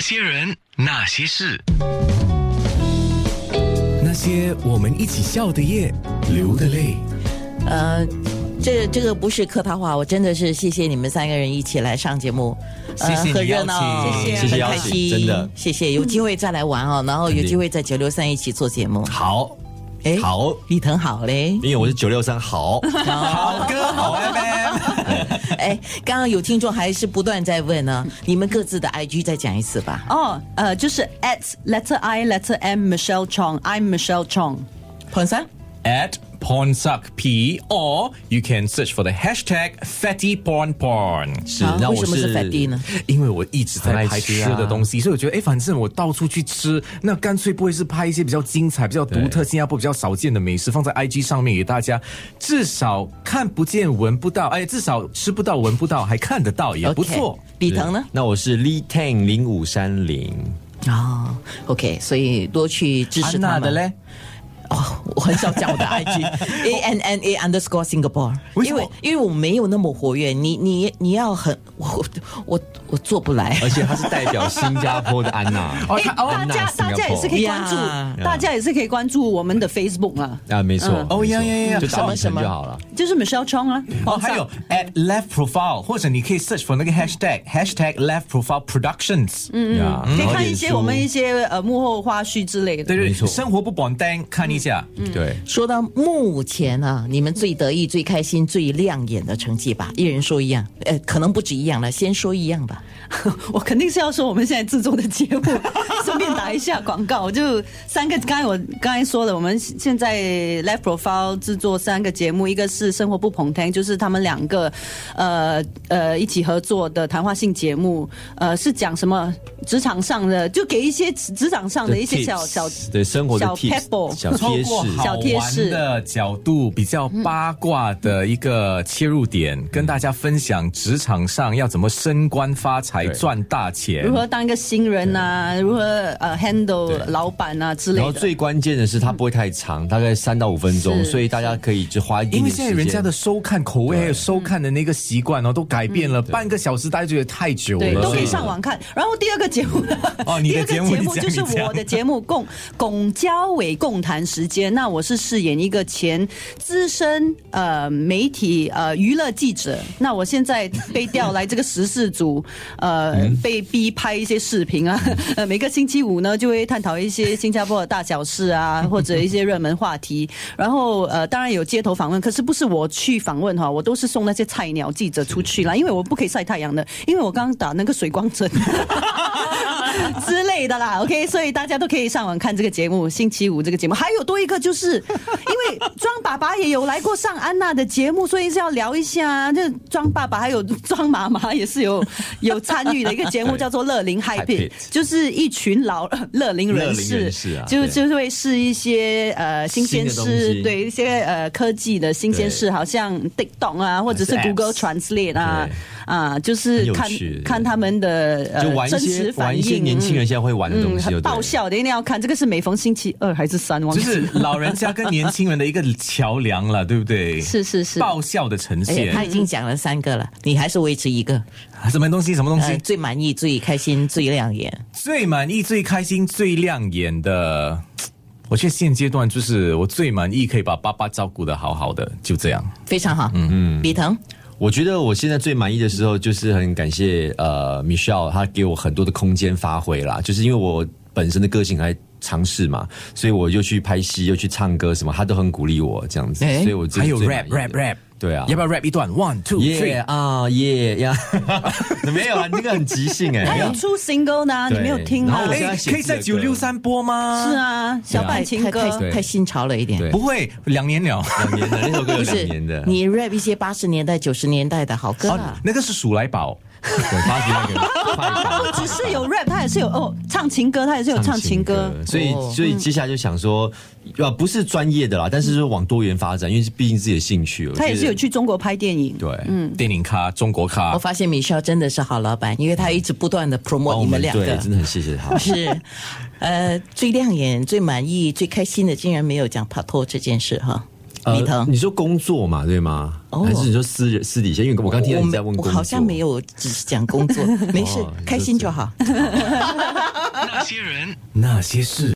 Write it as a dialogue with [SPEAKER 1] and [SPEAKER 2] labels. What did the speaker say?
[SPEAKER 1] 些人，那些事，
[SPEAKER 2] 那些我们一起笑的夜，流的泪。
[SPEAKER 3] 呃，这这个不是客套话，我真的是谢谢你们三个人一起来上节目，呃，
[SPEAKER 4] 谢谢你
[SPEAKER 3] 很热
[SPEAKER 4] 邀
[SPEAKER 3] 闹，
[SPEAKER 4] 请谢谢
[SPEAKER 3] 很
[SPEAKER 4] 邀
[SPEAKER 3] 开
[SPEAKER 4] 请
[SPEAKER 3] 心，
[SPEAKER 4] 真的
[SPEAKER 3] 谢谢，有机会再来玩哦，然后有
[SPEAKER 4] 肯定
[SPEAKER 3] 机会在九六三一起做节目，
[SPEAKER 4] 好，
[SPEAKER 3] 哎
[SPEAKER 4] 好，
[SPEAKER 3] 李腾好嘞。
[SPEAKER 4] 因为我是九六三好，好歌好 FM，
[SPEAKER 3] 哎，刚刚有听众还是不断在问呢、你们各自的 IG 再讲一次吧。
[SPEAKER 5] 哦，呃，就是 at letter I letter M Michelle Chong，I'm Michelle Chong。
[SPEAKER 3] 彭生，
[SPEAKER 6] at pornsuck p or you can search for the hashtag fatty porn porn。
[SPEAKER 4] 是
[SPEAKER 3] 好
[SPEAKER 4] 那
[SPEAKER 3] 为
[SPEAKER 4] 我
[SPEAKER 3] 什么是
[SPEAKER 4] 是
[SPEAKER 3] fatty 呢？
[SPEAKER 6] 因为我一直在
[SPEAKER 4] 很爱
[SPEAKER 6] 拍
[SPEAKER 4] 吃
[SPEAKER 6] 吃
[SPEAKER 4] 啊
[SPEAKER 6] 的东西，所以我觉得，哎，反正我到处去吃，那干脆不会是拍一些比较精彩、比较独特、新加坡比较少见的美食，放在 IG 上面给大家，至少看不见、闻不到，哎，至少吃不到、闻不到，还看得到，也不错。。啊
[SPEAKER 3] 李腾呢？
[SPEAKER 4] 那我是 Lee Tang 零五三零，
[SPEAKER 3] 哦，OK，所以多去支持
[SPEAKER 4] 安
[SPEAKER 3] 他
[SPEAKER 4] 娜
[SPEAKER 3] 们。
[SPEAKER 4] 的嘞？
[SPEAKER 3] 哦，我很少 讲我的 IG A N N A underscore Singapore，
[SPEAKER 4] 为什
[SPEAKER 3] 因
[SPEAKER 4] 么
[SPEAKER 3] 为因为我没有那么活跃，你你你要很我我我做不来。
[SPEAKER 4] 而且她是代表新加坡的安 娜，
[SPEAKER 6] 哦
[SPEAKER 5] 哎大
[SPEAKER 4] 安娜
[SPEAKER 5] 家大家也是可
[SPEAKER 4] Singapore
[SPEAKER 5] 以关注
[SPEAKER 3] Yeah，
[SPEAKER 5] 大家也是可以关注我们的 Facebook 啦，
[SPEAKER 4] 啊，
[SPEAKER 5] 嗯
[SPEAKER 4] 没错，
[SPEAKER 6] 哦
[SPEAKER 4] 没错
[SPEAKER 6] 呀呀呀呀
[SPEAKER 4] 就打
[SPEAKER 3] 什
[SPEAKER 4] 成
[SPEAKER 3] 么什么
[SPEAKER 4] 就好了。
[SPEAKER 5] 就是 Michelle Chong 啊。
[SPEAKER 6] 哦，还有 at left profile，或者你可以 search for 那个 hashtag hashtag left profile productions。嗯，
[SPEAKER 4] 呀
[SPEAKER 5] 可以
[SPEAKER 4] 啊然后
[SPEAKER 5] 看
[SPEAKER 4] 脸
[SPEAKER 5] 一些
[SPEAKER 4] 书
[SPEAKER 5] 我们一些呃幕后花絮之类的
[SPEAKER 6] 对。对，
[SPEAKER 4] 没错
[SPEAKER 6] 生活不绑单，看一下。
[SPEAKER 5] 嗯
[SPEAKER 4] 对
[SPEAKER 3] 说到目前啊，你们最得意、最开心、最亮眼的成绩吧，一人说一样，呃，可能不止一样了，先说一样吧。
[SPEAKER 5] 我肯定是要说我们现在制作的节目， 顺便打一下广告。就三个，刚才我刚才说了，我们现在 Live Profile 制作三个节目，一个是生活不捧听，就是他们两个呃呃一起合作的谈话性节目，呃是讲什么职场上的，就给一些职职场上的一些
[SPEAKER 4] tips，
[SPEAKER 5] 小小
[SPEAKER 4] 对生活的
[SPEAKER 5] 小
[SPEAKER 4] tips，
[SPEAKER 5] pebble
[SPEAKER 4] 小贴
[SPEAKER 6] 透过
[SPEAKER 4] 士，
[SPEAKER 6] 好玩的角度，比较八卦的一个切入点，
[SPEAKER 5] 嗯
[SPEAKER 6] 跟大家分享职场上要怎么升官发财、
[SPEAKER 4] 对
[SPEAKER 6] 赚大钱
[SPEAKER 5] 如。何当一个新人啊，如何呃 handle
[SPEAKER 4] 对
[SPEAKER 5] 老板啊之类
[SPEAKER 4] 然后
[SPEAKER 5] 的。
[SPEAKER 4] 最关键的是，它不会太长，大概三到五分钟，
[SPEAKER 5] 是
[SPEAKER 4] 所以大家可以就花一点
[SPEAKER 6] 因为
[SPEAKER 4] 点时
[SPEAKER 6] 现
[SPEAKER 4] 间。
[SPEAKER 6] 在人家的收看口味还有收看的那个习惯哦，都改变了。半个小时大家觉得太久
[SPEAKER 5] 对，
[SPEAKER 6] 了，
[SPEAKER 5] 都可
[SPEAKER 6] 所
[SPEAKER 5] 以
[SPEAKER 6] 以
[SPEAKER 5] 上网看。然后第二个节目呢？
[SPEAKER 6] 哦你的
[SPEAKER 5] 第
[SPEAKER 6] 节
[SPEAKER 5] 二
[SPEAKER 6] 目
[SPEAKER 5] 个节目
[SPEAKER 6] 你讲
[SPEAKER 5] 就是
[SPEAKER 6] 你讲
[SPEAKER 5] 我的节目《共龚家伟共谈时间》。那我是饰演一个前资深呃媒体呃娱乐记者，那我现在被调来这个时事组，呃，
[SPEAKER 6] 嗯
[SPEAKER 5] 被逼拍一些视频啊。 呃，每个星期五呢就会探讨一些新加坡的大小事啊，或者一些热门话题。然后呃，当然有街头访问，可是不是我去访问哈，我都是送那些菜鸟记者出去啦，因为我不可以晒太阳的，因为我刚刚打那个水光针。之类的啦，OK，所以大家都可以上网看这个节目，星期五这个节目，还有多一个就是，因为庄爸爸也有来过上安娜的节目，所以是要聊一下，这庄爸爸还有 庄妈妈也是有有参与的一个节目，
[SPEAKER 4] 对
[SPEAKER 5] 叫做《乐龄 High
[SPEAKER 4] High
[SPEAKER 5] Pit
[SPEAKER 4] Pit》，
[SPEAKER 5] 就是一群老呃乐龄人
[SPEAKER 4] 乐龄
[SPEAKER 5] 士
[SPEAKER 4] 人士啊，
[SPEAKER 5] 就
[SPEAKER 4] 对
[SPEAKER 5] 就是会试一些呃新鲜
[SPEAKER 4] 新的东
[SPEAKER 5] 事，
[SPEAKER 4] 西
[SPEAKER 5] 对一些呃科技的新鲜事，
[SPEAKER 4] 对
[SPEAKER 5] 好像 TikTok 啊，或者是
[SPEAKER 4] 还是
[SPEAKER 5] Google
[SPEAKER 4] apps
[SPEAKER 5] Translate 啊
[SPEAKER 4] 对
[SPEAKER 5] 啊，就是
[SPEAKER 4] 很有
[SPEAKER 5] 看
[SPEAKER 4] 趣
[SPEAKER 5] 看他们的呃
[SPEAKER 4] 就玩一
[SPEAKER 5] 真
[SPEAKER 4] 些
[SPEAKER 5] 实
[SPEAKER 4] 玩
[SPEAKER 5] 反
[SPEAKER 4] 一些
[SPEAKER 5] 应，
[SPEAKER 4] 年轻人
[SPEAKER 5] 嗯
[SPEAKER 4] 现在会玩的东
[SPEAKER 5] 嗯，
[SPEAKER 4] 西，
[SPEAKER 5] 很爆。笑的，一定要看。这个是每逢星期二还是三？忘
[SPEAKER 6] 就
[SPEAKER 5] 记
[SPEAKER 6] 是老人家跟年轻人的一个桥梁了，对不对？
[SPEAKER 5] 是是是哎
[SPEAKER 6] 爆笑的呈
[SPEAKER 3] 而且
[SPEAKER 6] 现
[SPEAKER 3] 哎他。已经讲了三个了，你还是维持一个，
[SPEAKER 6] 什么东西？什
[SPEAKER 4] 嗯
[SPEAKER 6] 么东西
[SPEAKER 3] 呃，？最满意、最开心、最亮眼。
[SPEAKER 6] 最满意、最开心、最亮眼的，我觉得现阶段就是我最满意，可以把爸爸照顾的好好的，就这样。
[SPEAKER 3] 非常好，嗯嗯，李腾，
[SPEAKER 4] 我觉得我现在最满意的时候，就是很感谢呃 Michelle，她给我很多的空间发挥啦，就是因为我本身的个性还。尝试嘛，所以我又去拍戏，又去唱歌，什么她都很鼓励我这样子，
[SPEAKER 3] 哎
[SPEAKER 4] 所以我这
[SPEAKER 6] 还
[SPEAKER 4] 是
[SPEAKER 6] 有
[SPEAKER 4] 最
[SPEAKER 6] rap
[SPEAKER 4] 满意的
[SPEAKER 6] rap rap，
[SPEAKER 4] 对啊，
[SPEAKER 6] 要不要 rap 一段？One two
[SPEAKER 4] 耶
[SPEAKER 6] three，
[SPEAKER 4] 啊耶呀， 没有啊，你这个很即兴哎、
[SPEAKER 5] 他
[SPEAKER 4] 没
[SPEAKER 5] 有
[SPEAKER 4] 有
[SPEAKER 5] 出 single 呢，你
[SPEAKER 4] 对
[SPEAKER 5] 没有听
[SPEAKER 4] 然
[SPEAKER 5] 吗
[SPEAKER 4] 后？我
[SPEAKER 6] 哎
[SPEAKER 4] 现在写
[SPEAKER 6] 可以在
[SPEAKER 4] 自己
[SPEAKER 6] 九
[SPEAKER 4] 的歌
[SPEAKER 6] 六三播吗？
[SPEAKER 5] 是，啊，小
[SPEAKER 3] 太
[SPEAKER 5] 版情
[SPEAKER 3] 太
[SPEAKER 5] 歌。
[SPEAKER 3] 太
[SPEAKER 4] 对
[SPEAKER 3] 太新潮了一点。
[SPEAKER 4] 嗯对
[SPEAKER 6] 不会，两年了。
[SPEAKER 4] 两年的那首歌有
[SPEAKER 3] 不
[SPEAKER 4] 两
[SPEAKER 3] 是
[SPEAKER 4] 年的，
[SPEAKER 3] 你 rap 一些八十年代、九十年代的好歌啊
[SPEAKER 6] 哦，。那个是鼠来宝，
[SPEAKER 4] 对八十那个快板
[SPEAKER 5] 不只是有 rap，他也是有哦，唱情歌，他也是有唱情歌。
[SPEAKER 4] 嗯所以
[SPEAKER 3] 哦
[SPEAKER 4] 所以接下来就想说，呃，不是专业的啦，但是说往多元发展，因为是毕竟自己的兴趣。
[SPEAKER 5] 他也是有
[SPEAKER 4] 我觉
[SPEAKER 5] 去中国拍电影。
[SPEAKER 4] 得对，嗯，
[SPEAKER 6] 电影咖，中国咖
[SPEAKER 3] 我。发现米少真的是好老板，因为他一直不断的 promote 你们两
[SPEAKER 4] 对
[SPEAKER 3] 个，。
[SPEAKER 4] 真的很谢谢 他
[SPEAKER 3] 是，呃，最亮眼、最满意、最开心的，竟然没有讲拍拖这件事哈。李腾，
[SPEAKER 4] 呃你说工作嘛，对吗？
[SPEAKER 3] 哦
[SPEAKER 4] 还是你说私人私底下？因为我刚听到
[SPEAKER 3] 我
[SPEAKER 4] 你在
[SPEAKER 3] 没
[SPEAKER 4] 问
[SPEAKER 3] 我
[SPEAKER 4] 工作，
[SPEAKER 3] 好像没有，只是讲工作，没事
[SPEAKER 4] 哦，
[SPEAKER 3] 开心就好。
[SPEAKER 7] 些人。
[SPEAKER 6] 那些事。